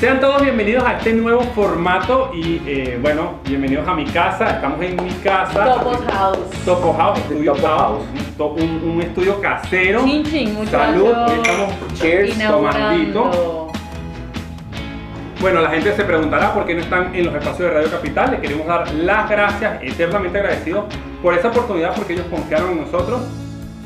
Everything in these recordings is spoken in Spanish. Sean todos bienvenidos a este nuevo formato y eh, bueno, bienvenidos a mi casa. Estamos en mi casa. Topo House. Topo House, Estudio Topo House. Un, to- un- un estudio casero. Chin chin, Salud, muchachos. hoy estamos Cheers. tomandito. Inaugurando. Bueno, la gente se preguntará por qué no están en los espacios de Radio Capital. Les queremos dar las gracias, eternamente agradecidos por esa oportunidad porque ellos confiaron en nosotros.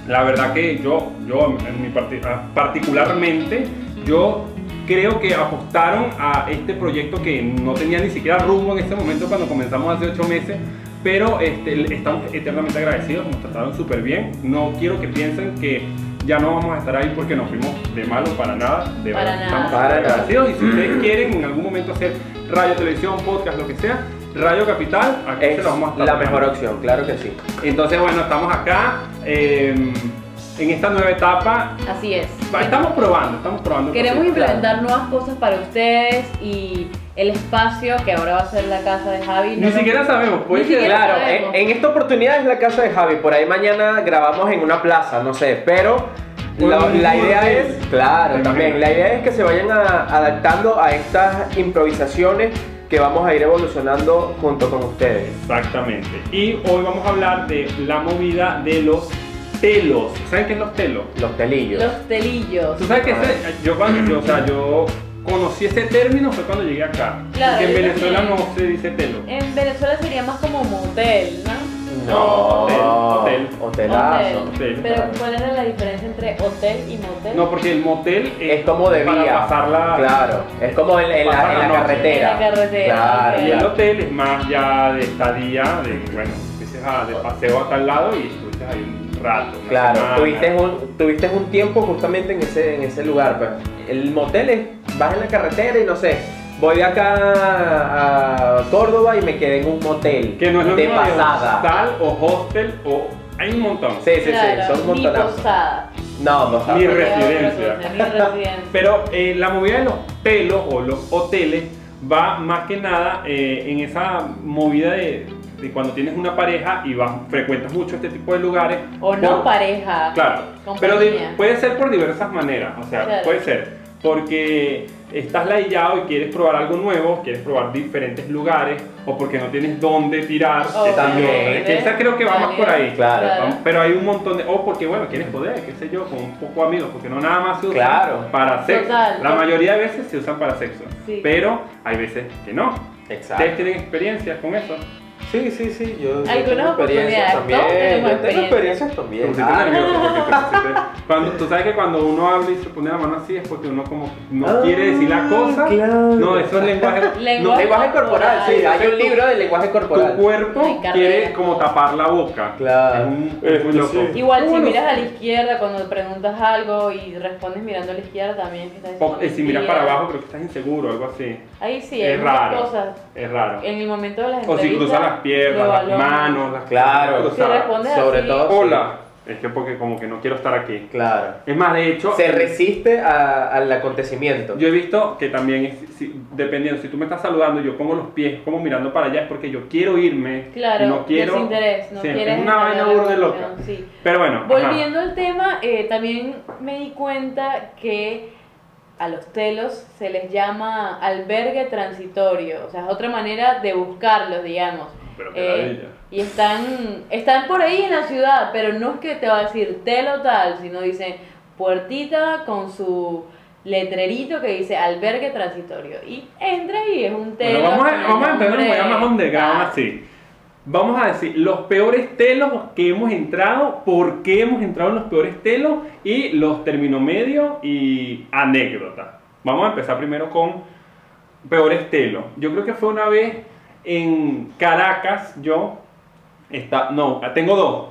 La verdad que yo, yo en mi parti- ah, particularmente, yo creo que apostaron a este proyecto que no tenía ni siquiera rumbo en este momento cuando comenzamos hace ocho meses. Pero este, le- estamos eternamente agradecidos, nos trataron súper bien. No quiero que piensen que ya no vamos a estar ahí porque nos fuimos de malo para nada. De Para verdad, nada. estamos Para nada. agradecidos. Y si ustedes Mm. quieren en algún momento hacer radio, televisión, podcast, lo que sea, Radio Capital, aquí se Es lo vamos a estar la dando. mejor opción, claro que sí. Entonces, bueno, estamos acá eh, en esta nueva etapa. Así es. Va, Estamos probando, estamos probando. Queremos cositas. implementar nuevas cosas para ustedes y el espacio que ahora va a ser la casa de Javi. no Ni lo- siquiera sabemos, puede Ni que- siquiera Claro, sabemos. en, en esta oportunidad es la casa de Javi. Por ahí mañana grabamos en una plaza, no sé, pero la, Bueno, la un idea hotel. es, claro, Me también, imagino. la idea es que se vayan a- adaptando a estas improvisaciones que vamos a ir evolucionando junto con ustedes. Exactamente. Y hoy vamos a hablar de la movida de los telos. ¿Saben qué es los telos? Los telillos. Los telillos. Tú sabes que ese- yo cuando yo, o sea, yo conocí ese término fue cuando llegué acá. Claro, Porque en yo Venezuela también. no se dice telo. En Venezuela sería más como motel, ¿no? No, hotel, hotel. Hotelazo. Motel. Motel, Pero claro. ¿cuál era la diferencia entre hotel y motel? No, porque el motel Es como de para vía. pasarla. Claro, es como en, en la, Pasar la en la noche. carretera. En la carretera, Claro, ok. Y el claro. hotel es más ya de estadía, de bueno, dices ah, de paseo hasta el lado y estuviste ahí un rato. una semana. Claro, tuviste un, tuviste un tiempo justamente en ese, en ese lugar. Pues. El motel es, vas en la carretera y no sé, voy de acá a Córdoba y me quedé en un motel. Que no es lo de mismo de pasada. hostal o hostel o hay un montón. Sí, sí, sí, Claro, son ni montonazos. posada. No, no Ni sabes. re- residencia. Ni residencia. Pero eh, la movida de los pelos o los hoteles va más que nada eh, en esa movida de, de cuando tienes una pareja y vas, frecuentas mucho este tipo de lugares. O no Por- pareja. Claro, Compañía. pero pues, de- puede ser por diversas maneras, o sea, Claro. puede ser porque estás ladillado y quieres probar algo nuevo, quieres probar diferentes lugares o porque no tienes dónde tirar. O qué sé yo, También. que esa creo que va más por ahí. Claro, Vamos, Pero hay un montón de. O porque, bueno, quieres poder, qué sé yo, con un poco amigos, porque no nada más se usan Claro. para sexo. Total. La mayoría de veces se usan para sexo, Sí. pero hay veces que no. Exacto. ¿Ustedes tienen experiencias con eso? Sí, sí, sí. Yo, yo Algunas tengo experiencias oportunidades, también. todos tenemos yo tengo experiencias Te también. pusiste Ah, nervioso porque te pusiste- Cuando, tú sabes que cuando uno habla y se pone la mano así es porque uno como no Ah, quiere decir la cosa. claro. No, eso es lenguaje. Lenguaje no, lenguaje corporal, sí. Hay un libro de lenguaje corporal. tu Ay, cuerpo carrera. quiere como tapar la boca. Claro. Este Es un- es muy Sí. loco. Igual si Bueno, miras a la izquierda cuando preguntas algo y respondes mirando a la izquierda también. es que estás o- diciendo eh, si miras mentira. para abajo creo que estás inseguro, algo así. Ahí sí, hay Es muchas raro. cosas. Es raro. En el momento de las O si entrevistas, cruzas las piernas, lo las valoran. manos, las Claro. cosas Si cruzadas. respondes Sobre así, todo- Hola. Es que porque como que no quiero estar aquí. Claro. Es más, de hecho, Se resiste a- al acontecimiento. Yo he visto que también, es, si- dependiendo, si tú me estás saludando, yo pongo los pies como mirando para allá, es porque yo quiero irme. Claro, y no quiero. desinterés, no sí, quieres es una entrar vaina en la burda de loca. relación, sí. Pero bueno. Volviendo al tema, eh, también me di cuenta que a los telos se les llama albergue transitorio, o sea, es otra manera de buscarlos, digamos. ajá. Pero qué Eh, ladilla. y están, están por ahí en la ciudad, pero no es que te va a decir telo tal, sino dicen puertita con su letrerito que dice albergue transitorio. Y entra y es un telo. Bueno, vamos con a, el vamos a entrar en un nombre, programa más underground tal. así. Vamos a decir los peores telos que hemos entrado, por qué hemos entrado en los peores telos y los términos medios y anécdotas. Vamos a empezar primero con peores telos. Yo creo que fue una vez en Caracas, yo, está, no, tengo dos.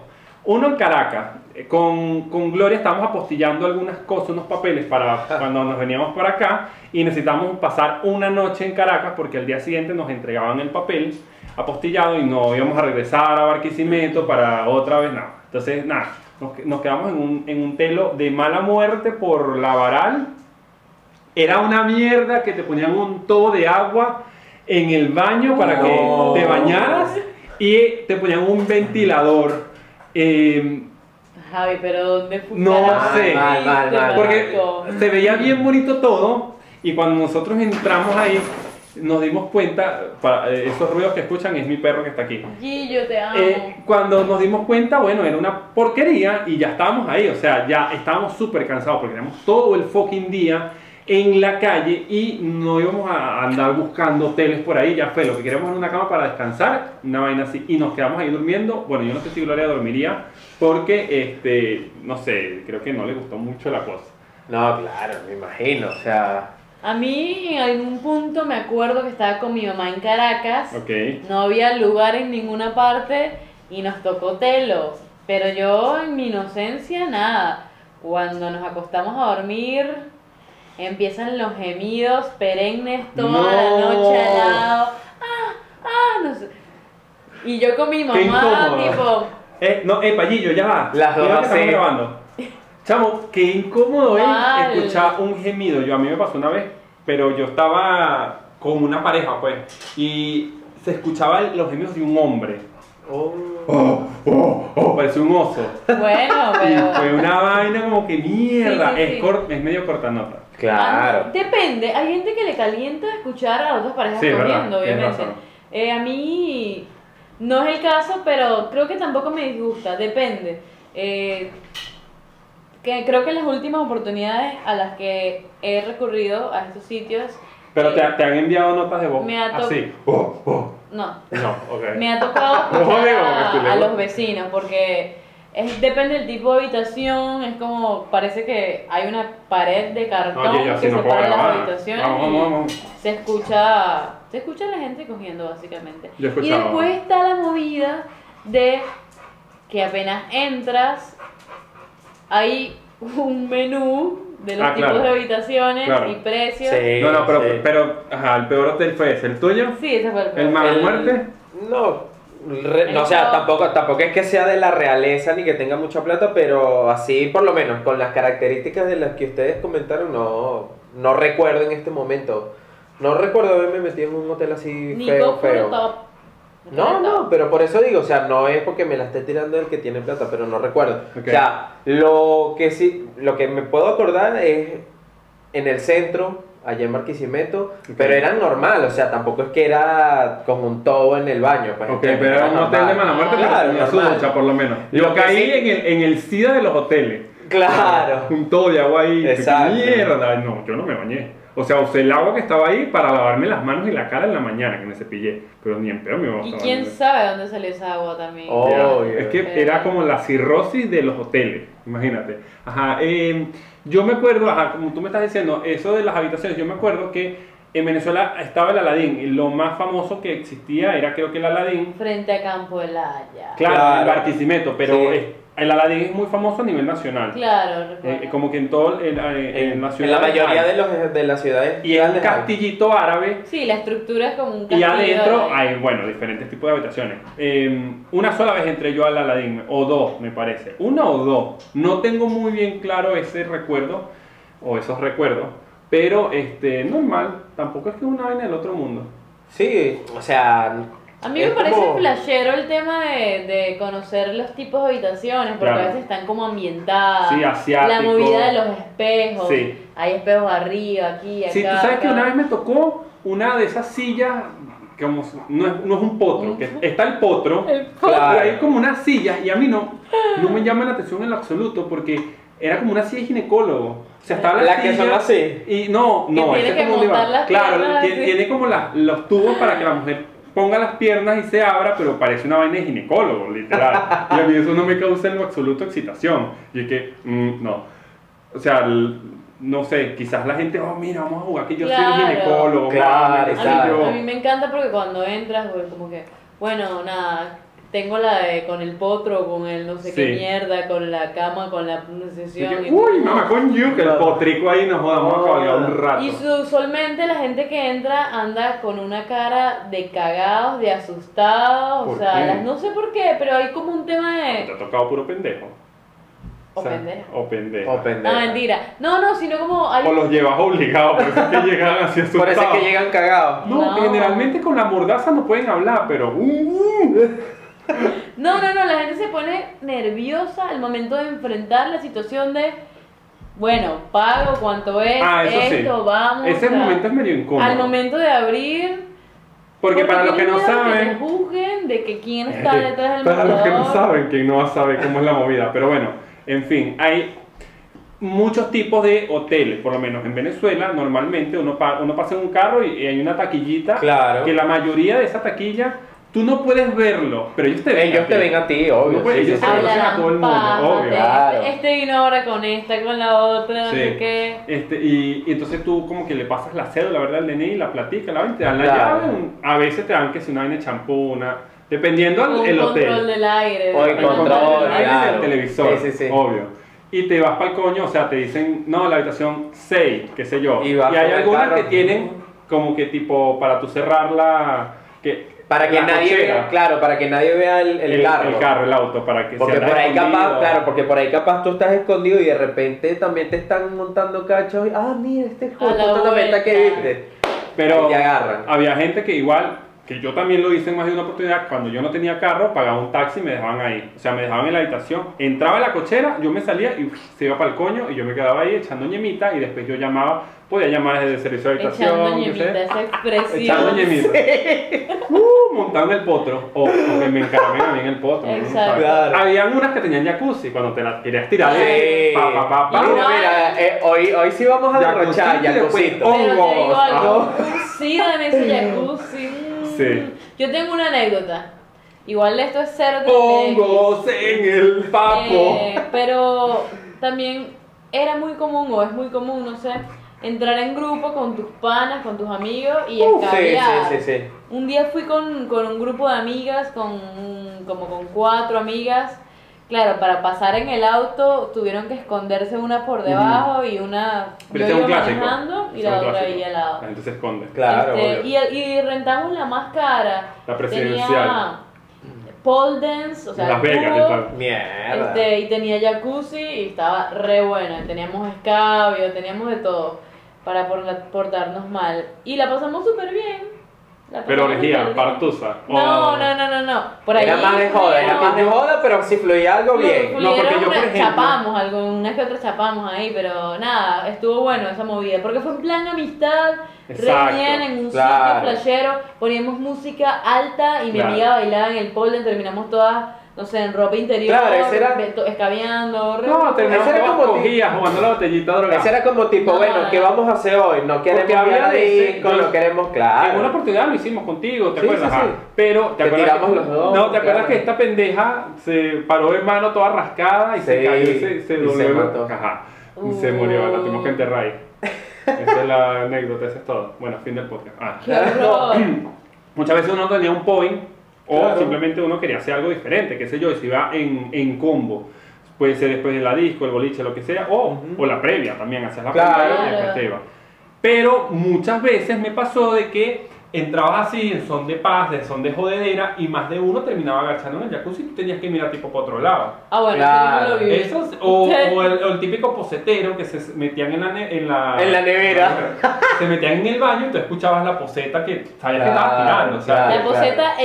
Uno en Caracas, eh, con, con Gloria estábamos apostillando algunas cosas, unos papeles para cuando nos veníamos para acá y necesitamos pasar una noche en Caracas porque al día siguiente nos entregaban el papel apostillado y no íbamos a regresar a Barquisimeto para otra vez nada. Entonces, nada, nos, que- nos quedamos en un, en un telo de mala muerte por la varal. Era una mierda que te ponían un todo de agua en el baño para No. que te bañaras y te ponían un ventilador. Eh, Javi, pero ¿dónde fuiste? No Ah, sé. Mal, mal, mal, te mal. porque conozco. se veía bien bonito todo Y cuando nosotros entramos ahí, nos dimos cuenta, para- eh, esos ruidos que escuchan es mi perro que está aquí. Gillo, te amo. Eh, cuando nos dimos cuenta, bueno, era una porquería y ya estábamos ahí, o sea, ya estábamos súper cansados porque teníamos todo el fucking día en la calle y no íbamos a andar buscando hoteles por ahí, ya fue, lo que queríamos era una cama para descansar, una vaina así, y nos quedamos ahí durmiendo, bueno, yo no sé si Gloria dormiría porque, este, no sé, creo que no le gustó mucho la cosa. No, claro, me imagino, o sea... A mí en algún punto me acuerdo que estaba con mi mamá en Caracas. Ok, No había lugar en ninguna parte y nos tocó telo. Pero yo en mi inocencia nada. Cuando nos acostamos a dormir, empiezan los gemidos perennes toda la No. noche al lado. Ah, ah, no sé. Y yo con mi mamá, incómodo. tipo, eh, no, eh, Pallillo, ya va, Las dos Mira que así. estamos grabando. Chamo, qué incómodo es Mal. escuchar un gemido. Yo a mí me pasó una vez, pero yo estaba con una pareja, pues, y se escuchaban los gemidos de un hombre. Oh, oh, oh, parecía un oso. bueno, Y pero. fue una vaina como que mierda. Sí, sí, es, sí. cor- es medio cortanota. A mí- Claro. Ah, Depende, hay gente que le calienta escuchar a otras parejas Sí, es verdad, corriendo, tienes obviamente. razón. Eh, a mí no es el caso, pero creo que tampoco me disgusta, depende. Eh, que creo que las últimas oportunidades a las que he recurrido a estos sitios. Pero te, eh, te han enviado notas de voz. Me ha to- así. Oh, oh. No, No, ok. me ha tocado No, escuchar digo, porque tú a, le a los gustas. vecinos, porque es, depende del tipo de habitación, es como, parece que hay una pared de cartón Oye, yo así que no puedo separa las grabar. habitaciones. Vamos, y- vamos, vamos. se escucha se escucha la gente cogiendo básicamente Yo y escuchaba. después está la movida de que apenas entras hay un menú de los Ah, tipos claro. de habitaciones Claro. y precios No, no, pero, sí. pero ajá, el peor hotel fue ese. ¿El tuyo? sí ese fue el, El más- ¿A la muerte? No. re- no, o Eso- sea, tampoco, tampoco es que sea de la realeza ni que tenga mucha plata, pero así por lo menos, con las características de las que ustedes comentaron, no, no recuerdo en este momento. No recuerdo haberme metido en un hotel así Nico feo, fue feo. el top No, no, pero por eso digo, o sea, no es porque me la esté tirando el que tiene plata, pero no recuerdo. Ok. O sea, lo que sí, lo que me puedo acordar es en el centro, allá en Barquisimeto, Ok. pero era normal, o sea, tampoco es que era con un todo en el baño. Pues, Ok, ¿entiendes? pero era un hotel de mala muerte, pero Claro, tenía su normal. ducha por lo menos. Lo Yo que caí sí- en, el, en el SIDA de los hoteles. Claro. Un todo de agua ahí. Exacto. Mierda. No, yo no me bañé. O sea, usé el agua que estaba ahí para lavarme las manos y la cara en la mañana que me cepillé. Pero ni en peor me iba a y estar quién bañando. sabe dónde salió esa agua también Oh, Ya, Obvio. Es que era como la cirrosis de los hoteles, imagínate. Ajá, eh, yo me acuerdo, ajá, como tú me estás diciendo, eso de las habitaciones, yo me acuerdo que en Venezuela estaba el Aladín y lo más famoso que existía era creo que el Aladín. frente a Campo de la Haya Claro, Claro. el Barquisimeto, pero Sí. es- el Aladín es muy famoso a nivel nacional. claro Eh, recuerdo. eh, como que en todo el- en, en- En, en la en ciudad. la mayoría hay. de, los, de las ciudades. Y es un grandes hay. castillito árabe. sí la estructura es como un Y castillo adentro de- hay, bueno, diferentes tipos de habitaciones. Eh, una sola vez entré yo al Aladín, o dos, me parece. Una o dos. No tengo muy bien claro ese recuerdo, o esos recuerdos. Pero, este, normal. Tampoco es que es una vaina del otro mundo. Sí, o sea. A mí me es parece como- flashero el tema de, de conocer los tipos de habitaciones, porque Claro. a veces están como ambientadas. Sí, asiático. La movida de los espejos. Sí. Hay espejos arriba, aquí, acá. Sí, tú sabes que acá. una vez me tocó una de esas sillas, como, no, es, no es un potro, que está el potro, El pero potro. hay como una silla y a mí no, no me llama la atención en lo absoluto porque era como una silla de ginecólogo. O sea, estaba la, Las que silla son así. Y no, Que no, tiene ese es que como un diván. montar las Claro, piernas tie- así. tiene como las- los tubos para que la mujer ponga las piernas y se abra, pero parece una vaina de ginecólogo, literal. Y a mí eso no me causa en lo absoluto excitación. Y es que, mm, no. O sea, l- no sé, quizás la gente, oh, mira, vamos a jugar que yo soy Claro. el ginecólogo. Claro, mami, qué sé a mí, yo. a mí me encanta porque cuando entras, güey, como que, bueno, nada, tengo la de con el potro, con el no sé qué Sí. mierda, con la cama, con la Y pronunciación. y yo, Uy, todo. mamá, con you, que el potrico ahí nos jodamos a cabalgar un rato. Y su- usualmente la gente que entra anda con una cara de cagados, de asustados, o ¿Por sea, qué? las- no sé por qué, pero hay como un tema Te de... ha tocado puro pendejo. O pendeja. O pendejo. Oh, No, pendejo. mentira. No, no, sino como hay... O los llevas obligados, por eso es que llegan así asustados. Por eso es que llegan cagados. No, No. que generalmente con la mordaza no pueden hablar, pero. uh, uh. No, no, no, la gente se pone nerviosa al momento de enfrentar la situación de bueno, pago, cuánto es, Ah, eso sí. esto, vamos. Ese Ah, o sea, momento es medio incómodo. Al momento de abrir. porque para los que tienen no miedo Que te saben, eh, juzguen de que quién está detrás del Para los que no mostrador. saben, que no sabe cómo es la movida. Pero bueno, en fin, hay muchos tipos de hoteles, por lo menos en Venezuela, normalmente uno, pa- uno pasa en un carro y, y hay una taquillita. Claro. Que la mayoría de esa taquilla, tú no te verlo, pero ellos te ven. a Ellos ti. te ven a ti, obvio. No, pues, sí, sí, ellos sí. se hablan. Hablarán a todo el mundo, paja, obvio. de Claro. Este, este vino ahora con esta, con la otra, no Sí. sé qué. Este, y, y entonces tú como que le pasas la cédula, ¿verdad? El DNI, la platica, la vaina, te dan la Claro. llave, un- a veces te dan que si una vaina de champú, una... Dependiendo Un del el hotel. control del aire. O el El control control, del aire claro. del televisor, Sí, sí, sí. obvio. Y te vas para el coño, o sea, te dicen, no, la habitación 6, qué sé yo. Y Y, vas con hay el algunas carro. que tienen como que tipo, para tú cerrarla, que... Para que la nadie cochera, vea, claro, para que nadie vea el, el carro. El carro, el auto, para que Porque sea por ahí escondido. capaz, claro, porque por ahí capaz tú estás escondido y de repente también te están montando cachos y ah, mira este es A la la meta que vuelta. viste. Pero Y te agarran. había gente que igual, que yo también lo hice en más de una oportunidad, cuando yo no tenía carro, pagaba un taxi y me dejaban ahí. O sea, me dejaban en la habitación, entraba a la cochera, yo me salía y uf, se iba para el coño y yo me quedaba ahí echando ñemita y después yo llamaba, podía llamar desde el servicio de habitación, Echando yo ñemita, sé. esa expresión. Echando ñemita. Uh, montando el potro, o, o que me encaramen a mí en el potro. ¿no? Exacto. Claro. Habían unas que tenían jacuzzi, cuando te las querías tirar, Sí. de pa, pa, pa, pa. Mira, mira, eh, hoy, hoy sí vamos a Jacuzzi derrochar, y después Jacuzito. Pero te digo Hongos, algo, ajá. sí, dame ese jacuzzi. Sí. Yo tengo una anécdota. Igual esto es cero de Hongos en el papo. Eh, pero también era muy común, o es muy común, no sé, entrar en grupo con tus panas, con tus amigos y Uh, sí, escabear. sí, sí, sí. Un día fui con, con un grupo de amigas, con un- como con cuatro amigas. Claro, para pasar en el auto tuvieron que esconderse una por debajo y una Pero yo ese es un iba clásico. manejando Ese y es la un otra clásico. ahí al lado. La gente se esconde. Claro, Este, obvio. y, el- y rentamos la más cara. La Tenía presidencial. pole dance, o sea, Las el Vegas tubo, y tal. Mierda. este, y tenía jacuzzi y estaba re buena. Teníamos escabio, teníamos de todo para por- portarnos mal. Y la pasamos súper bien. La Pero pasamos orgía, Oh. súper bien. partusa. No, o- no, no, no, no. Por ahí era más de joda, era más de joda, pero si fluía algo bien. No, porque yo, por una- ejemplo- chapamos algo, unas que otras chapamos ahí, pero nada, estuvo bueno esa movida, porque fue en plan amistad, Exacto, reunían en un claro. sitio flashero, poníamos música alta y mi Claro. amiga bailaba en el pole, terminamos todas, no sé, en ropa interior, Claro, ese era- ve- to- escabeando, re- No, terminamos Ese era todas como ti- cogidas jugando la botellita drogada. Ese era como tipo, No, bueno, no. ¿qué vamos a hacer hoy? No queremos Porque había ver a de ese- disco, yo- no queremos, En una claro. oportunidad lo hicimos contigo, ¿te Sí, acuerdas? sí, sí. Ah, Pero, ¿te Que acuerdas? tiramos los dos, No, ¿te acuerdas claro. que esta pendeja se paró en mano toda rascada y se Sí, cayó y se, se y se dobló? en- mató. Ajá. Y Uh. se murió, la tuvimos que enterrar ahí. Esa es la anécdota, esa es todo. Bueno, fin del podcast. Ah. ¡Qué horror! muchas veces uno tenía un point o Claro. simplemente uno quería hacer algo diferente, qué sé yo, y si va en, en combo. Puede ser después de la disco, el boliche, lo que sea, o, Ujú. o la previa también, hacer la Claro. previa y después te iba. Pero muchas veces me pasó de que entrabas así en son de paz, en son de jodedera, y más de uno terminaba agachando en el jacuzzi y tú tenías que mirar tipo para otro lado. Ah, bueno, eso Claro. yo no lo viví. Eso es- o, o el, o el típico posetero que se metían en la, ne- en la, En la nevera. Se metían en el baño y tú escuchabas la poseta que sabías que Claro, estabas tirando. O sea, claro. La poseta, a.k.a.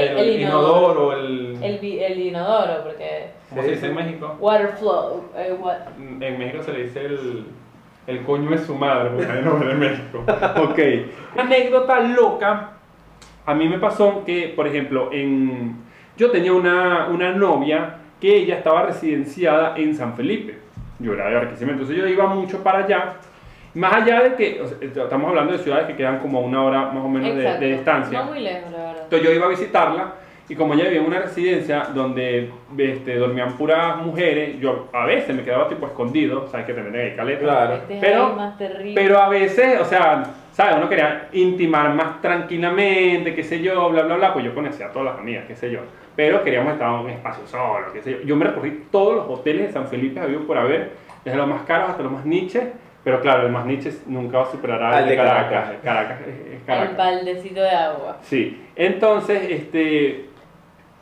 el, el, inodoro. inodoro, el. El, vi- el inodoro, porque... ¿Cómo se dice en México? Water flow, eh, wa- En México se le dice el. El coño es su madre, porque hay nombre en México. Ok. Anécdota loca. A mí me pasó que, por ejemplo, en. Yo tenía una, una novia que ella estaba residenciada en San Felipe. Yo era de Barquisimeto, entonces yo iba mucho para allá. Más allá de que, o sea, estamos hablando de ciudades que quedan como a una hora más o menos de- de, Exacto. distancia. No muy lejos, la verdad. Entonces yo iba a visitarla y como ella vivía en una residencia donde este, dormían puras mujeres, yo a veces me quedaba tipo escondido, sabes que te meten ahí caleta. Claro. Este es Pero- el más terrible. Pero a veces, o sea, sabes, uno quería intimar más tranquilamente, qué sé yo, bla, bla, bla, pues yo conocía a todas las amigas, qué sé yo. Pero queríamos estar en un espacio solo, qué sé yo. Yo me recorrí todos los hoteles de San Felipe, había por haber, desde los más caros hasta los más niches. Pero claro, el más niches nunca va a superar Al al de de Caracas. Caracas. Caracas es- es Caracas. El baldecito de agua. Sí, entonces, este,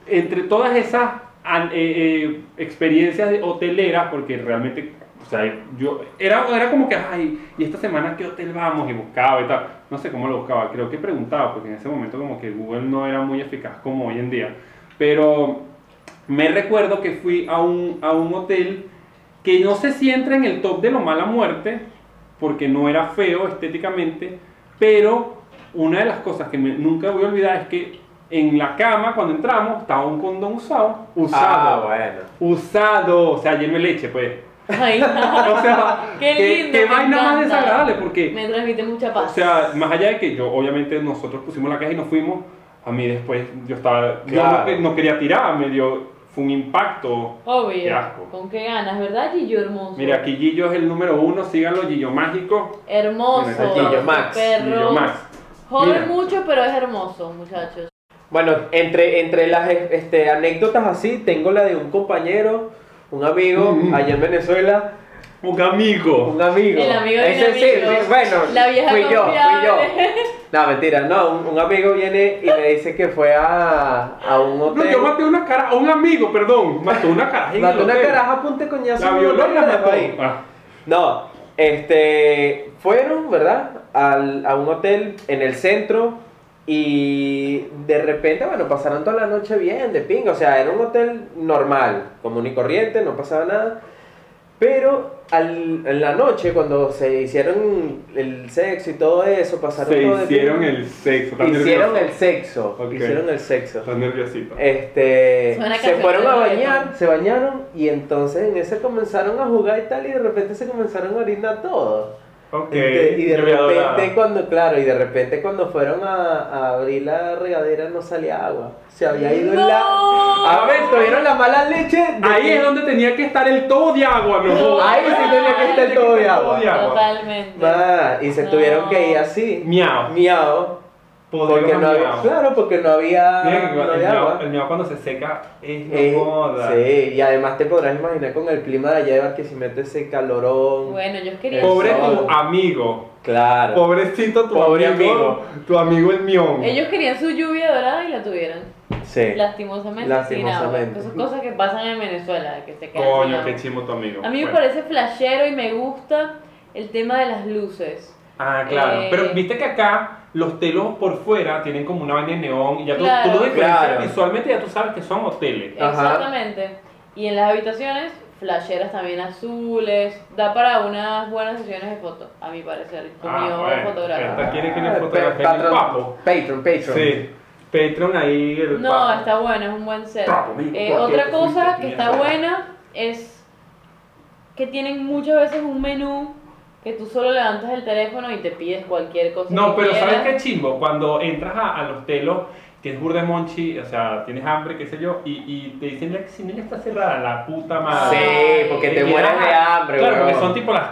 entre todas esas an- eh, eh, experiencias de hoteleras, porque realmente, o sea, yo, era, era como que, ay, ¿y esta semana a qué hotel vamos? Y buscaba y tal. No sé cómo lo buscaba, creo que preguntaba, porque en ese momento como que Google no era muy eficaz como hoy en día. Pero me recuerdo que fui a un, a un hotel que no sé si entra en el top de lo mala muerte, porque no era feo estéticamente, pero una de las cosas que me- nunca voy a olvidar es que en la cama, cuando entramos, estaba un condón usado. Ah, Usado. bueno. Usado. O sea, lleno de leche, pues. Ay, O sea, qué qué- lindo. qué me vaina más encanta. desagradable, porque- Me transmite mucha O paz. sea, más allá de que yo, obviamente, nosotros pusimos la caja y nos fuimos, a mí después yo estaba. yo Claro. no que- no, quería tirar, me dio. Fue un impacto. Obvio. qué asco. Con qué ganas, ¿verdad, Gillo Hermoso? Mira, aquí Gillo es el número uno, síganlo, Gillo Mágico. Mira, Hermoso. aquí Gillo Max, Perro. Gillo Max. Joven Mira. mucho, pero es hermoso, muchachos. Bueno, entre, entre las este, anécdotas así, tengo la de un compañero, un amigo, Mm. allá en Venezuela, Un amigo. un amigo. El amigo de un Ese sí, amigo. sí, bueno, La vieja fui yo, fui yo. confiable. No, mentira, no, un, un amigo viene y me dice que fue a, a un No, hotel. yo maté una cara, a un amigo, perdón. Mató una caraja. en el Mató una hotel. caraja, ponte coñazo. La en el violó hotel y la y dejó mató. ahí. Ah, No, este, fueron, ¿verdad? Al- a un hotel en el centro y de repente, bueno, pasaron toda la noche bien, de pinga, o sea, era un hotel normal, común y corriente, no pasaba nada. Pero al- en la noche, cuando se hicieron el sexo y todo eso, pasaron se todo de hicieron pinga, el sexo. Está hicieron nervioso. el Eh, sexo, Ok. hicieron el sexo. Está nerviosito. Este, Suena se canción fueron de a reggaetón. bañar, se bañaron y entonces en ese comenzaron a jugar y tal y de repente se comenzaron a orinar todos. Ok. Este, y de yo voy a adorar. repente cuando, claro, y de repente cuando fueron a, a abrir la regadera no salía agua. Se había ido el la... ¡No! A ver, tuvieron la mala leche. de Ahí que- es donde tenía que estar el todo de agua, no jodas. Ahí sí tenía que estar el todo de agua. Totalmente. Ma, y se No. tuvieron que ir así, Miau. miado, porque Podrido no había, miau. claro, porque no había, Mira que no el, había agua. miau, el miau cuando se seca es Eh, no joda. sí, y además te podrás imaginar con el clima de allá de Barquisimeto ese calorón. Bueno, yo quería. Pobre Eso. tu amigo. Claro. Pobrecito tu Pobre amigo. Tu amigo el mión. Ellos querían su lluvia dorada y la tuvieron. Sí. Lastimosamente. Lastimosamente. Esas cosas que pasan en Venezuela, que se quedan. sin Coño, agua. qué pues. chimo tu amigo. A mí me Bueno. parece flashero y me gusta el tema de las luces. Ah, claro. Eh, Pero viste que acá los telos por fuera tienen como una vaina de neón y ya tú, Claro. tú lo diferencias Claro. visualmente ya tú sabes que son hoteles. Ajá. Exactamente. Y en las habitaciones, flasheras también azules. Da para unas buenas sesiones de fotos, a mi parecer. Con Ah, mi ojo bueno, fotográfico. esta quiere que le Ah, fotografee pa- el papo. Patreon, Patreon. Sí. Patreon ahí el No, papo. está bueno, es un buen set. Bravo, amigo, Eh, porque otra tú cosa fuiste que bien. está buena es que tienen muchas veces un menú que tú solo levantas el teléfono y te pides cualquier cosa. No, que pero ¿sabes qué quieras. chimbo? Cuando entras a, a los telos, tienes burda de monchi, o sea, tienes hambre, qué sé yo, y, y te dicen, la cocina está cerrada, la puta madre. Sí, porque te quedas- mueres de hambre, Claro, weón. porque son tipo las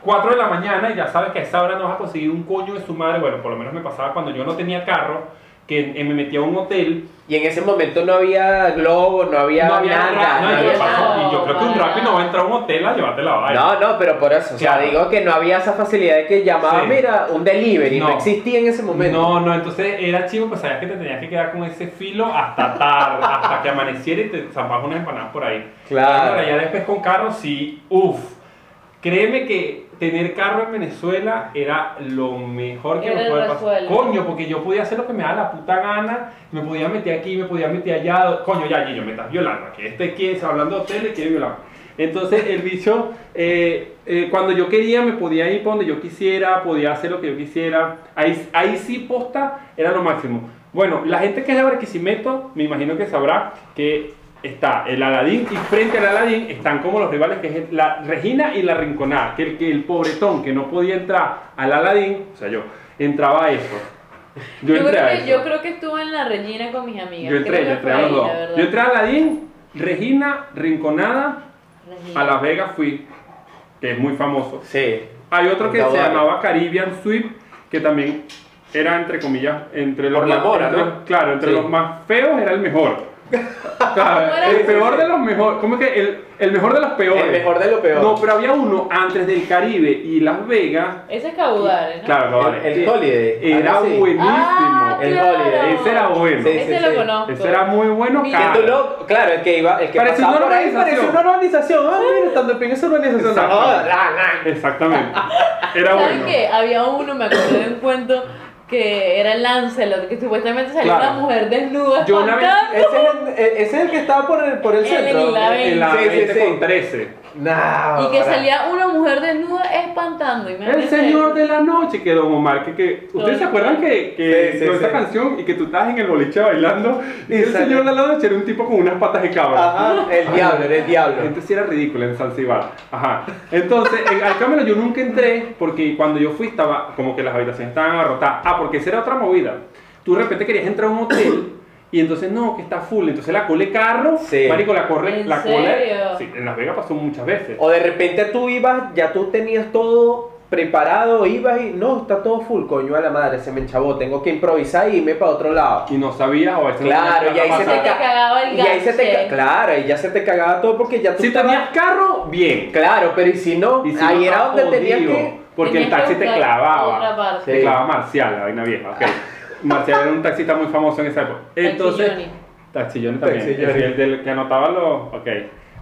4 de la mañana y ya sabes que a esa hora no vas a conseguir un coño de su madre. Bueno, por lo menos me pasaba cuando yo no tenía carro, que eh, me metía a un hotel. Y en ese momento no había globo, no había, no había nada. ra- no, no, y, había yo, paso- nada. y yo creo que un Para rapi no nada. va a entrar a un hotel a llevarte la vaina. no, no, pero por eso. O sea, Claro. digo que no había esa facilidad de que llamaba, Sí. mira, un delivery. No. No. existía en ese momento. No, no, entonces era chivo, pues sabías que te tenías que quedar con ese filo hasta tarde, hasta que amaneciera y te zampabas unas empanadas por ahí. Claro. Ahora, ya después con carro, sí, uff. Créeme que tener carro en Venezuela era lo mejor que Era me el podía pasar. resuelve. Coño, porque yo podía hacer lo que me daba la puta gana, me podía meter aquí, me podía meter allá. Coño, ya, yo me estás violando. Aquí este quiere, está hablando de hoteles, quiere violar. Entonces el bicho, eh, eh, cuando yo quería, me podía ir para donde yo quisiera, podía hacer lo que yo quisiera. Ahí, ahí sí, posta, era lo máximo. Bueno, la gente que es de Barquisimeto, me imagino que sabrá que está el Aladín y frente al Aladín están como los rivales que es la Regina y la Rinconada, que el, que el pobretón que no podía entrar al Aladín, o sea yo, entraba a eso. Yo, Yo, entré a creo eso. que, yo creo que estuve en la Regina con mis amigas. Yo entré, Creo yo que entré fue a los ahí, dos. la verdad. Yo entré a Aladín, Regina, Rinconada Regina. a Las Vegas fui, que es muy famoso. Sí. Hay otro que No, se vale. llamaba Caribbean Sweep, que también era entre comillas, entre los Por la más, mora, entre- ¿no? claro, entre Sí. los más feos era el mejor. O sea, era el ese? peor de los mejores, ¿cómo es que el, el mejor de los peores? El mejor de lo peor. No, pero había uno antes del Caribe y Las Vegas. Ese es Caudales, ¿no? Claro, no, vale. el, el Holiday. Era algo así. buenísimo. Ah, el claro. Holiday. Ese era bueno. Sí, Ese lo conozco. Ese era muy bueno. Mira. cara. Que tú lo- claro, el que iba, el que Parecía pasaba una por ahí organización. parecía una organización. Ah, mira, tanto en esa organización. Exacto. Ah, la, la. Exactamente. Era ¿Sabes bueno. qué? Había uno, me acordé de un cuento que era Lancelot, que supuestamente salió Claro. una mujer desnuda. Yo una vez- espantando. e, Ese es, el, ese es el que estaba por el, por el El centro. en la En la Sí, sí, 20 sí. con 13. Nah, y que ahora. salía una mujer desnuda espantando. El imagínate. señor de la noche que Don Omar, que, que ustedes se acuerdan que, que Sí, sí, con sí. esa canción y que tú estabas en el boliche bailando y, Y el sale- señor de la noche era un tipo con unas patas de cabra. Ajá, el Ay, diablo, era el La diablo. gente sí era ridícula en Zanzibar. Ajá. Entonces, en, al cámara yo nunca entré porque cuando yo fui estaba como que las habitaciones estaban abarrotadas. Ah, porque esa era otra movida. Tú de repente querías entrar a un hotel y entonces no, que está full. Entonces la cole carro, Sí. marico, la corre, ¿En la cole. serio? Sí, en Las Vegas pasó muchas veces. O de repente tú ibas, ya tú tenías todo preparado, ibas y no, está todo full, coño a la madre, se me enchabó, tengo que improvisar y irme para otro lado. Y no sabías o a veces no Claro, tenías y ahí plata se te para- te ca- cagaba el Y ahí se te ca- ganche. claro, y ya se te cagaba todo porque ya tú Si estabas- tenías carro, bien. Claro, pero y si no, Y si ahí no, era donde jodido, tenías que Porque el Tenías taxi que te buscar clavaba. otra parte. Te Sí. clavaba Marcial, la vaina vieja. ok. Marcial era un taxista muy famoso en esa época. Entonces, Taxi Johnny. Taxillón también. Taxi ese Johnny. el del que anotaba los. Ok.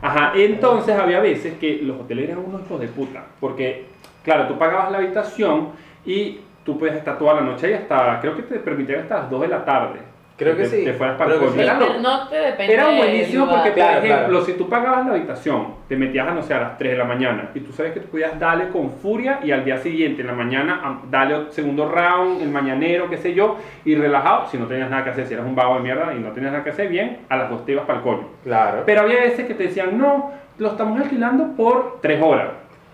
Ajá. Entonces había veces que los hoteles eran unos hijos de puta. Porque, claro, tú pagabas la habitación y tú puedes estar toda la noche y hasta. Creo que te permitían hasta las 2 de la tarde. Creo que te- sí. Te fueras para el Creo que coño. sí. Era lo- Pero no te depende era del buenísimo lugar. porque, Claro, por ejemplo, claro. si tú pagabas la habitación, te metías a, no sé, a las 3 de la mañana y tú sabes que tú podías darle con furia y al día siguiente, en la mañana, a- darle ot- segundo round, el mañanero, qué sé yo, y relajado, si no tenías nada que hacer, si eras un vago de mierda y no tenías nada que hacer, bien, a las 2 te ibas para el coño. Claro. Pero había veces que te decían, no, lo estamos alquilando por 3 horas.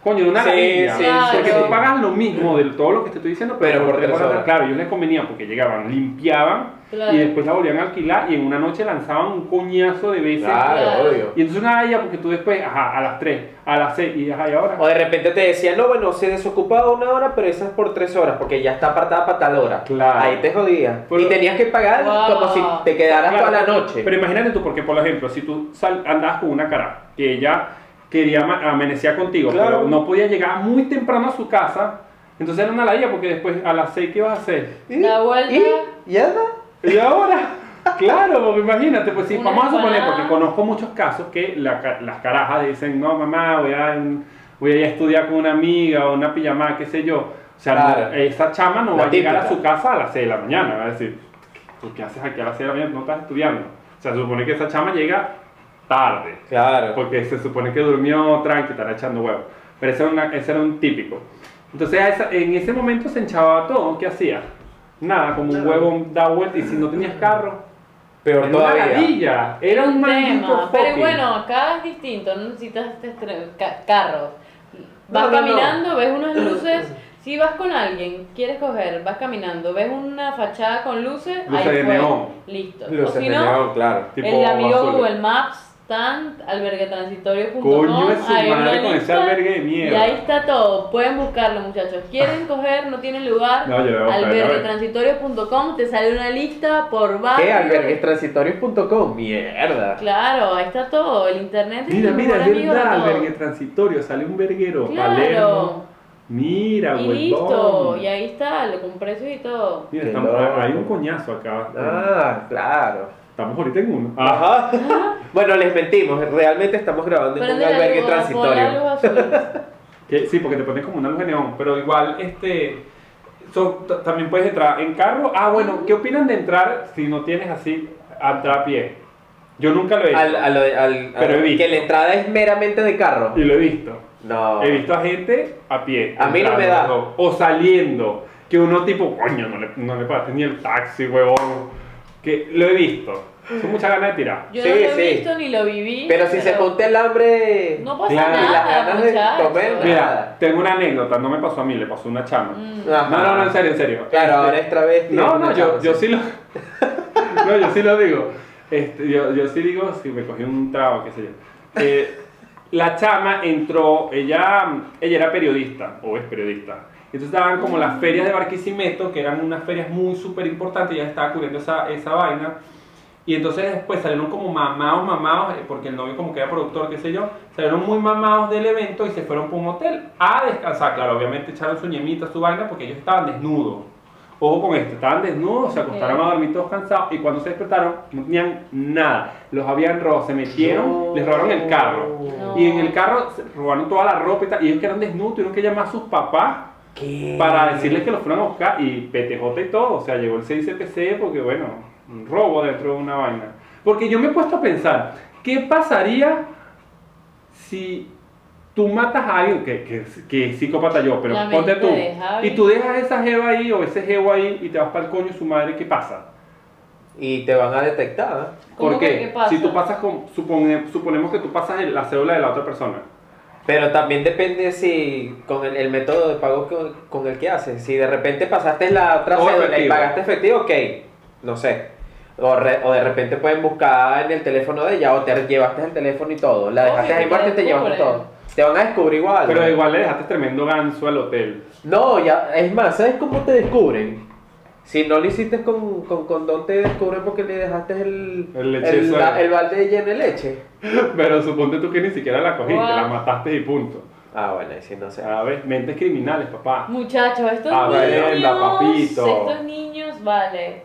Coño, era una Sí, ladilla, sí, sí, porque sí. tú pagas lo mismo de todo lo que te estoy diciendo, pero, Pero por tres tres horas. Claro, yo les convenía porque llegaban, limpiaban Claro. y después la volvían a alquilar y en una noche lanzaban un coñazo de veces. Claro, Claro. obvio. Y entonces una ladilla porque tú después, ajá, a las 3, a las 6 y ajá, y ahora. O de repente te decían, no, bueno, se desocupaba una hora, pero esa es por tres horas, porque ya está apartada para tal hora. Claro. Ahí te jodías. Pero- y tenías que pagar Wow. como si te quedaras Claro, toda la noche. Pero imagínate tú, porque por ejemplo, si tú sal- andabas con una cara que ella quería ama- amanecer contigo, Claro. pero no podía llegar muy temprano a su casa, entonces era una ladilla porque después a las 6 ¿qué vas a hacer? La vuelta. Y, y anda. ¿Y ahora? Claro, imagínate, pues si Una vamos a suponer, empanada. porque conozco muchos casos que la ca- las carajas dicen, no mamá, voy a, voy a ir a estudiar con una amiga o una pijamada, qué sé yo. O sea, Claro. no- esa chama no La va a llegar a típica. su casa a las 6 de la mañana, va a decir, ¿tú qué haces aquí a las 6 de la mañana? No estás estudiando. O sea, se supone que esa chama llega tarde, Claro. porque se supone que durmió tranqui, estará echando huevo. Pero ese era, una- ese era un típico. Entonces a esa- en ese momento se enchaba todo, ¿qué hacía? Nada, como un huevo da vuelta y si no tenías carro, Peor era una todavía. ladilla, era un maldito tema. Pero fucking. bueno, cada es distinto, no necesitas este estre- ca- carros. Vas No, no, no. caminando, ves unas luces. Si vas con alguien, quieres coger, vas caminando, ves una fachada con luces, Luces ahí de fue, neón. Listo. Luces o de si no, neón, claro. tipo el amigo azul. Google Maps, tant, alberguetransitorio.com. Coño es su ahí una madre con ese lista, albergue de Y ahí mierda. está todo, pueden buscarlo muchachos. Quieren coger, no tienen lugar, No, yo voy a buscar, alberguetransitorio.com, te sale una lista por barrio. ¿Qué? Alberguestransitorio.com. Mierda. Claro, ahí está todo, el internet es Mira, el mira, mejor es amigo de verdad, todo. albergue transitorio, sale un verguero, Claro. Palermo. Mira, Y huevón. listo, y ahí está, lo- con precios y todo. Mira, Qué estamos- loco. hay un coñazo acá. Ah, claro. Estamos ahorita en uno. Ajá. bueno, les mentimos. Realmente estamos grabando en Pero un mira, albergue llegó a por la transitorio. luz azul. Que- sí, porque te pones como una luz de neón, pero igual, este, son- t- también puedes entrar en carro. Ah, bueno, ¿qué opinan de entrar si no tienes así, a entrar a pie? Yo nunca lo he hecho, Al, a lo de- al- Pero a- he visto. que la entrada es meramente de carro. y lo he visto. No. He visto a gente a pie. A mí no me entrando, O saliendo, que uno tipo, coño, no le, no le pagaste ni el taxi, huevón. Que lo he visto. Son muchas ganas de tirar. Yo Sí, no lo sí. he visto ni lo viví. Pero si se ponte el hambre. No pasa Claro. Y las nada, ganas de muchacho. comer, Mira, tengo una anécdota, no me pasó a mí, le pasó a una chama. Mm. Ajá. No, no, no, en serio, en serio. Claro, Este, ahora es travesti. No, es no, una yo, chava, yo sí. sí lo. No, yo sí lo digo. Este, yo, yo sí digo, si me cogí un trago, qué sé yo. Eh, la chama entró, ella, ella era periodista, o es periodista. Entonces estaban como las ferias de Barquisimeto, que eran unas ferias muy súper importantes, y ella estaba cubriendo esa, esa vaina. Y entonces después salieron como mamados, mamados, eh, porque el novio como que era productor, qué sé yo, salieron muy mamados del evento y se fueron por un hotel a descansar. Claro, obviamente echaron su ñemita, su vaina, porque ellos estaban desnudos. Ojo con esto, estaban desnudos, se acostaron a dormir todos cansados y cuando se despertaron no tenían nada. Los habían robado, se metieron, les robaron el carro. No. Y en el carro se robaron toda la ropa y tal. Y ellos que eran desnudos tuvieron que llamar a sus papás ¿Qué? para decirles que los fueron a buscar y PTJ y todo. O sea, llegó el 6CPC porque, bueno, un robo dentro de una vaina. Porque yo me he puesto a pensar, ¿qué pasaría si tú matas a alguien, que, que, que es psicópata yo, pero La ponte mente tú, de Javi. y tú dejas esa jeva ahí o ese jevo ahí y te vas para el coño de su madre, ¿qué pasa? Y te van a detectar. ¿eh? ¿Cómo ¿Por que qué? qué pasa? Si tú pasas con, supone- suponemos que tú pasas el- la cédula de la otra persona. Pero también depende si con el, el método de pago con, con el que haces. Si de repente pasaste la otra O cédula y efectivo. pagaste efectivo, ok, no sé. O, re- o de repente pueden buscar en el teléfono de ella o te llevaste el teléfono y todo. La Obvio, dejaste ahí te muerta y te llevaste descubren. todo. Te van a descubrir igual. Pero igual le dejaste tremendo ganso al hotel. No, ya, es más, ¿sabes cómo te descubren? Si no lo hiciste con, con condón, te descubren porque le dejaste el, El lechazo. la- el balde lleno de leche. Pero suponte tú que ni siquiera la cogiste, What? la mataste y punto. Ah, bueno, y si no sé. A ver, mentes criminales, papá. Muchachos, estos Ah, niños, venga, papito. estos niños, vale.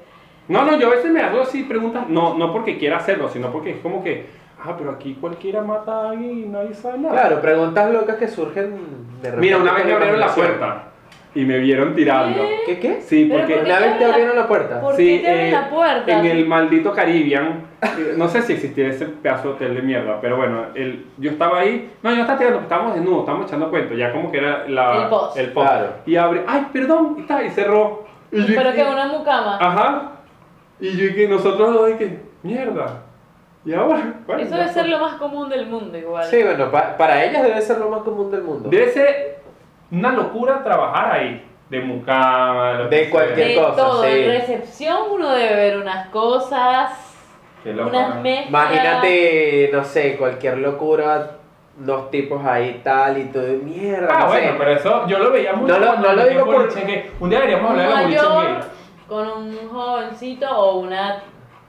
No, no, yo a veces me hago así preguntas, no, no porque quiera hacerlo, sino porque es como que, ah, pero aquí cualquiera mata a alguien y nadie sabe nada. Claro, preguntas locas que surgen de repente. Mira, una vez con me abrieron la imaginación. puerta y me vieron tirando. ¿Qué? ¿Qué qué? Sí, Pero porque ¿por qué Una vez te abren la- abrieron la puerta. ¿Por Sí, qué te abren eh, la puerta? En Sí. el maldito Caribbean. eh, No sé si existía ese pedazo de hotel de mierda, pero bueno, el, yo estaba ahí. No, yo no estaba tirando, estábamos desnudos, estábamos echando cuentos, ya como que era la, El post. Claro. Y abre, ay, perdón, y, tal, y cerró. Y Ah, yo Pero dije, que una mucama. Ajá. Y yo que nosotros dos, y que, mierda. Y ahora, bueno, Eso ya debe fue. ser lo más común del mundo igual. Sí, bueno, pa- para ellas debe ser lo más común del mundo. Debe ser una locura trabajar ahí, de mucama, lo De que sea. cualquier- de cosa, todo, sí. en recepción uno debe ver unas cosas, Qué loco, unas ¿no? mezclas. Imagínate, no sé, cualquier locura, unos tipos ahí tal y todo, mierda. Ah, no bueno, sé. pero eso yo lo veía mucho. No lo- cuando no lo me digo metí en por- Boliche Gay. Un día deberíamos un hablar de boliche mayor gay. con un jovencito o una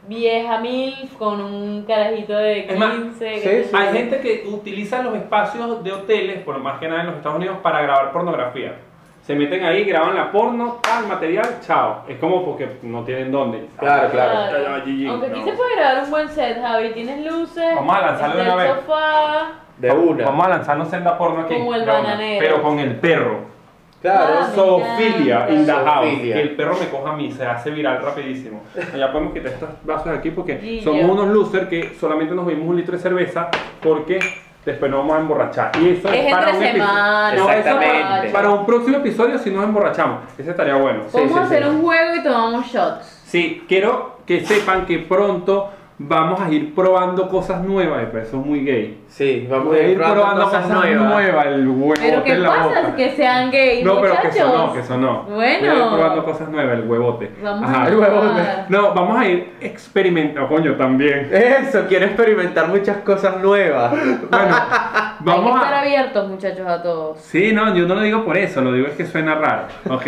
vieja mil con un carajito de Es más, 15. sí, que- sí. Hay gente que utiliza los espacios de hoteles, por más que nada en los Estados Unidos, para grabar pornografía. Se meten ahí, graban la porno, tal material, chao. Es como porque no tienen dónde. Claro, claro. Ya, ya, GG, Aunque aquí no. se puede grabar un buen set, Javi. Tienes luces, Vamos a lanzarlo de está una el vez. sofá. De una. Vamos a lanzarnos en la porno aquí. Como el de una, bananero. Pero con el perro. Claro. Ah, Zoofilia in the house. Zoofilia. Que el perro me coja a mí, se hace viral rapidísimo. Ya podemos quitar estos vasos aquí porque Guillo. somos unos losers que solamente nos bebimos un litro de cerveza porque después nos vamos a emborrachar. Y eso es, Es para entre un episodio. semana, No, eso es Exactamente. para, para un próximo episodio si nos emborrachamos. Ese estaría bueno. Sí, Vamos sí, a hacer sí. un juego y tomamos shots. Sí, quiero que sepan que pronto vamos a ir probando cosas nuevas. Pero eso es muy gay. Sí, vamos Voy a ir probando cosas, nuevas. el huevo Pero ¿qué en la pasa? boca. Que sean gays, No, pero muchachos. que eso no, que eso no. Bueno. Voy a ir probando cosas nuevas, el huevote. Vamos Ajá, a el huevote. probar. No, vamos a ir experimentando, Oh, coño, también. Eso, quiero experimentar muchas cosas nuevas. Bueno, Hay que vamos estar a... abiertos, muchachos, a todos. Sí, no, yo no lo digo por eso, lo digo es que suena raro. Ok.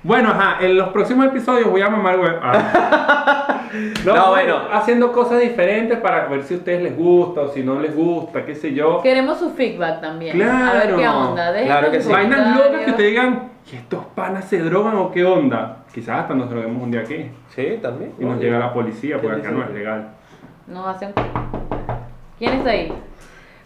Bueno, ajá, en los próximos episodios voy a mamar huevo. Ah. No, vamos bueno. Haciendo cosas diferentes para ver si a ustedes les gusta o si no les gusta, qué sé yo. Queremos su feedback también. A ver Claro. qué onda. Déjenos Claro que sus sí. Vainas comentarios. locas que te digan, ¿y estos panas se drogan o qué onda? Quizás hasta nos droguemos un día aquí. Sí, también. Y nos llega la policía, porque Sí, acá sí, no es sí. legal. Nos hacen. ¿Quién está ahí?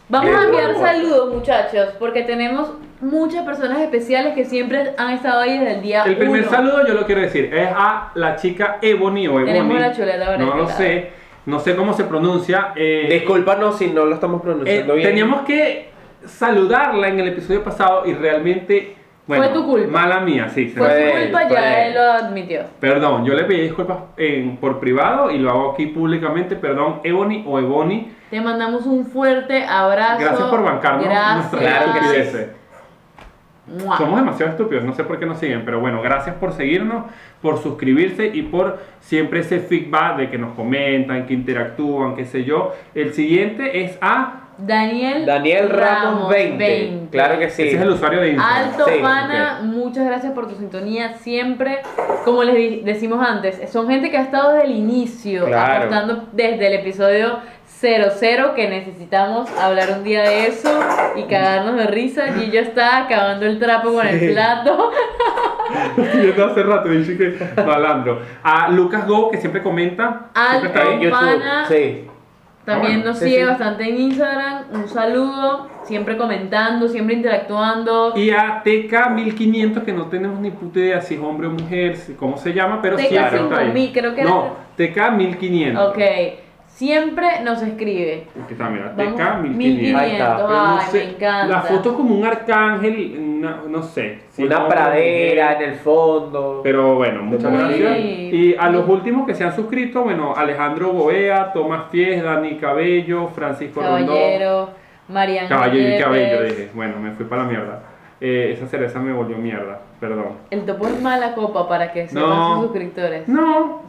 Vamos Eh, a enviar bueno. saludos, muchachos, porque tenemos muchas personas especiales que siempre han estado ahí desde el día El primer uno. saludo yo lo quiero decir, es a la chica Ebony o Tenemos Ebony. la chuleta este ahora No lo invitada. sé, no sé cómo se pronuncia. eh, Discúlpanos si no lo estamos eh, pronunciando bien. teníamos que saludarla en el episodio pasado y realmente, bueno, Fue tu culpa. mala mía, sí. se Fue me- Fue su él, culpa, fue ya él. él lo admitió. Perdón, yo le pedí disculpas en- por privado y lo hago aquí públicamente, perdón, Ebony o Ebony. Te mandamos un fuerte abrazo. Gracias por bancarnos Gracias. nuestras Claro que sí. estupideces. Mua. Somos demasiado estúpidos, no sé por qué nos siguen, pero bueno, gracias por seguirnos, por suscribirse y por siempre ese feedback de que nos comentan, que interactúan, qué sé yo. El siguiente es a... Daniel, Daniel Ramos, 20. Claro que sí. Ese es el usuario de Instagram. Alto Sí, pana, muchas gracias por tu sintonía siempre. Como les di- decimos antes, son gente que ha estado desde el inicio, Claro. apostando desde el episodio 00 que necesitamos hablar un día de eso y cagarnos de risa. Y yo estaba acabando el trapo con Sí. el plato. Viendo hace rato, dije que malandro. A Lucas Go, que siempre comenta. siempre está Alto. ahí. YouTube, Pana. sí. También bueno, nos sí, sigue sí. bastante en Instagram. Un saludo, siempre comentando, siempre interactuando. Y a TK1500, que no tenemos ni puta idea si es hombre o mujer, si- cómo se llama, pero TK siempre está ahí. 5000, creo que era- No, TK1500. Ok, siempre nos escribe. Aquí está, mira, Vamos, TK 1500. 1500, Ahí está, Pero no ay, sé, me encanta. La foto es como un arcángel, una- no sé. si es Una hombre o pradera en mujer. el fondo. Pero bueno, muchas Muy- gracias. Y a los últimos que se han suscrito, bueno, Alejandro Boea, Tomás Fies, Dani Cabello, Francisco Rondón. Caballero, Mariana. Caballero y Yepes. Cabello, dije. Bueno, me fui para la mierda. Eh, esa cereza me volvió mierda, perdón. El topo es mala copa para que sepan No. sus suscriptores. No,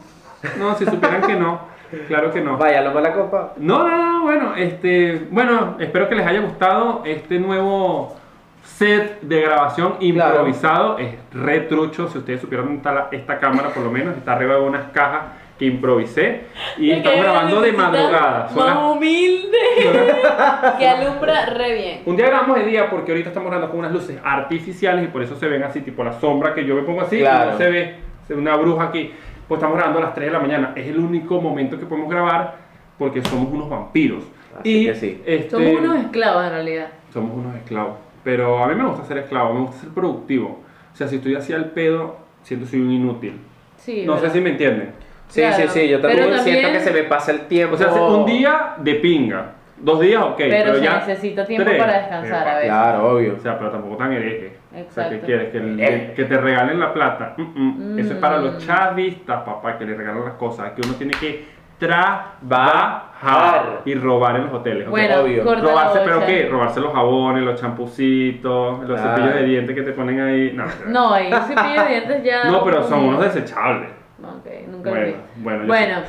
no, si supieran que no, claro que no. Vaya, lo mala copa. No, no, no, bueno, este, bueno, espero que les haya gustado este nuevo set de grabación Claro. improvisado. Es re trucho, si ustedes supieran dónde está la- esta cámara por lo menos, está arriba de unas cajas que improvisé. Y Es estamos que hay una grabando de lucecita madrugada. Son Más las- humilde. que alumbra re bien. Un día grabamos de día porque ahorita estamos grabando con unas luces artificiales y por eso se ven así, tipo la sombra que yo me pongo así, y Claro. no se ve se ve una bruja aquí. Pues estamos grabando a las 3 de la mañana. Es el único momento que podemos grabar porque somos unos vampiros. Así y que sí. este, Somos unos esclavos en realidad. somos unos esclavos. Pero a mí me gusta ser esclavo, me gusta ser productivo. O sea, si estoy así al pedo, siento que soy un inútil. Sí. No sé ¿verdad? si me entienden. Sí, Claro, sí, sí. Yo pero también, también- siento que se me pasa el tiempo. O sea, un día de pinga, dos días, ok. Pero, Oh. Pero, se ya necesita tiempo tres. para descansar a Epa. veces. Claro, obvio. O sea, pero tampoco tan hereje. O sea, ¿qué Exacto. quieres? Que, el- Eh. que te regalen la plata. Mm, mm. Eso es para Mm. los chavistas, papá, que le regalan las cosas. Que uno tiene que trabajar y robar en los hoteles. ¿ok? Bueno, obvio. corta la Robarse, bocha. pero ¿qué? Robarse los jabones, los champucitos, los Claro. cepillos de dientes que te ponen ahí. No, mentira. No, hay cepillo de dientes ya. No, pero son unos desechables. Ok, nunca lo vi. Bueno, bueno. yo Bueno,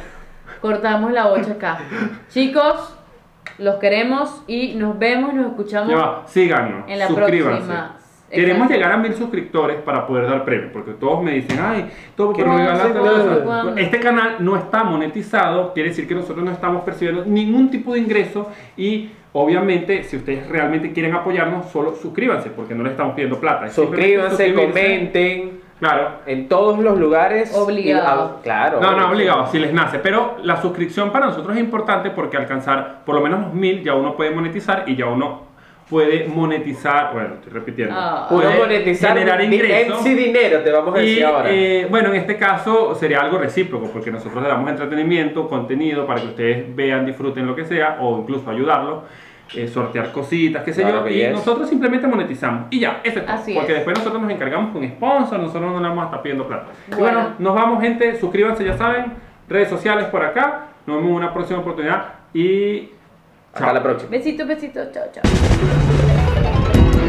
cortamos la bocha acá. Chicos, los queremos y nos vemos, nos sé. escuchamos. Ya va, síganos, En la suscríbanse. próxima. Queremos Exacto. llegar a mil suscriptores para poder dar premios, porque todos me dicen, ay, todo ¿Qué pero pasa? regalaste ¿Cuándo? la- ¿Cuándo? Este canal no está monetizado, quiere decir que nosotros no estamos percibiendo ningún tipo de ingreso y obviamente si ustedes realmente quieren apoyarnos, solo suscríbanse, porque no le estamos pidiendo plata. Es Suscríbanse, simplemente suscribirse. comenten. Claro. En todos los lugares. Obligado. Y- ah, claro. No, no, obligado, si les nace. Pero la suscripción para nosotros es importante porque alcanzar por lo menos los mil ya uno puede monetizar y ya uno puede monetizar. Bueno, estoy repitiendo. Ah. puede Uno monetizar generar di- en ingresos. sí dinero, te vamos a Y decir ahora. eh, bueno, en este caso sería algo recíproco, porque nosotros le damos entretenimiento, contenido para que ustedes vean, disfruten lo que sea, o incluso ayudarlos, eh, sortear cositas, qué sé Claro yo, que y yes. nosotros simplemente monetizamos. Y ya, eso es todo. Así porque es. después nosotros nos encargamos con sponsor, nosotros no le vamos a estar pidiendo plata. Y Bueno. bueno, nos vamos, gente, suscríbanse, ya saben, redes sociales por acá, nos vemos en una próxima oportunidad y. Hasta la próxima. Besito, besito, chao, chao.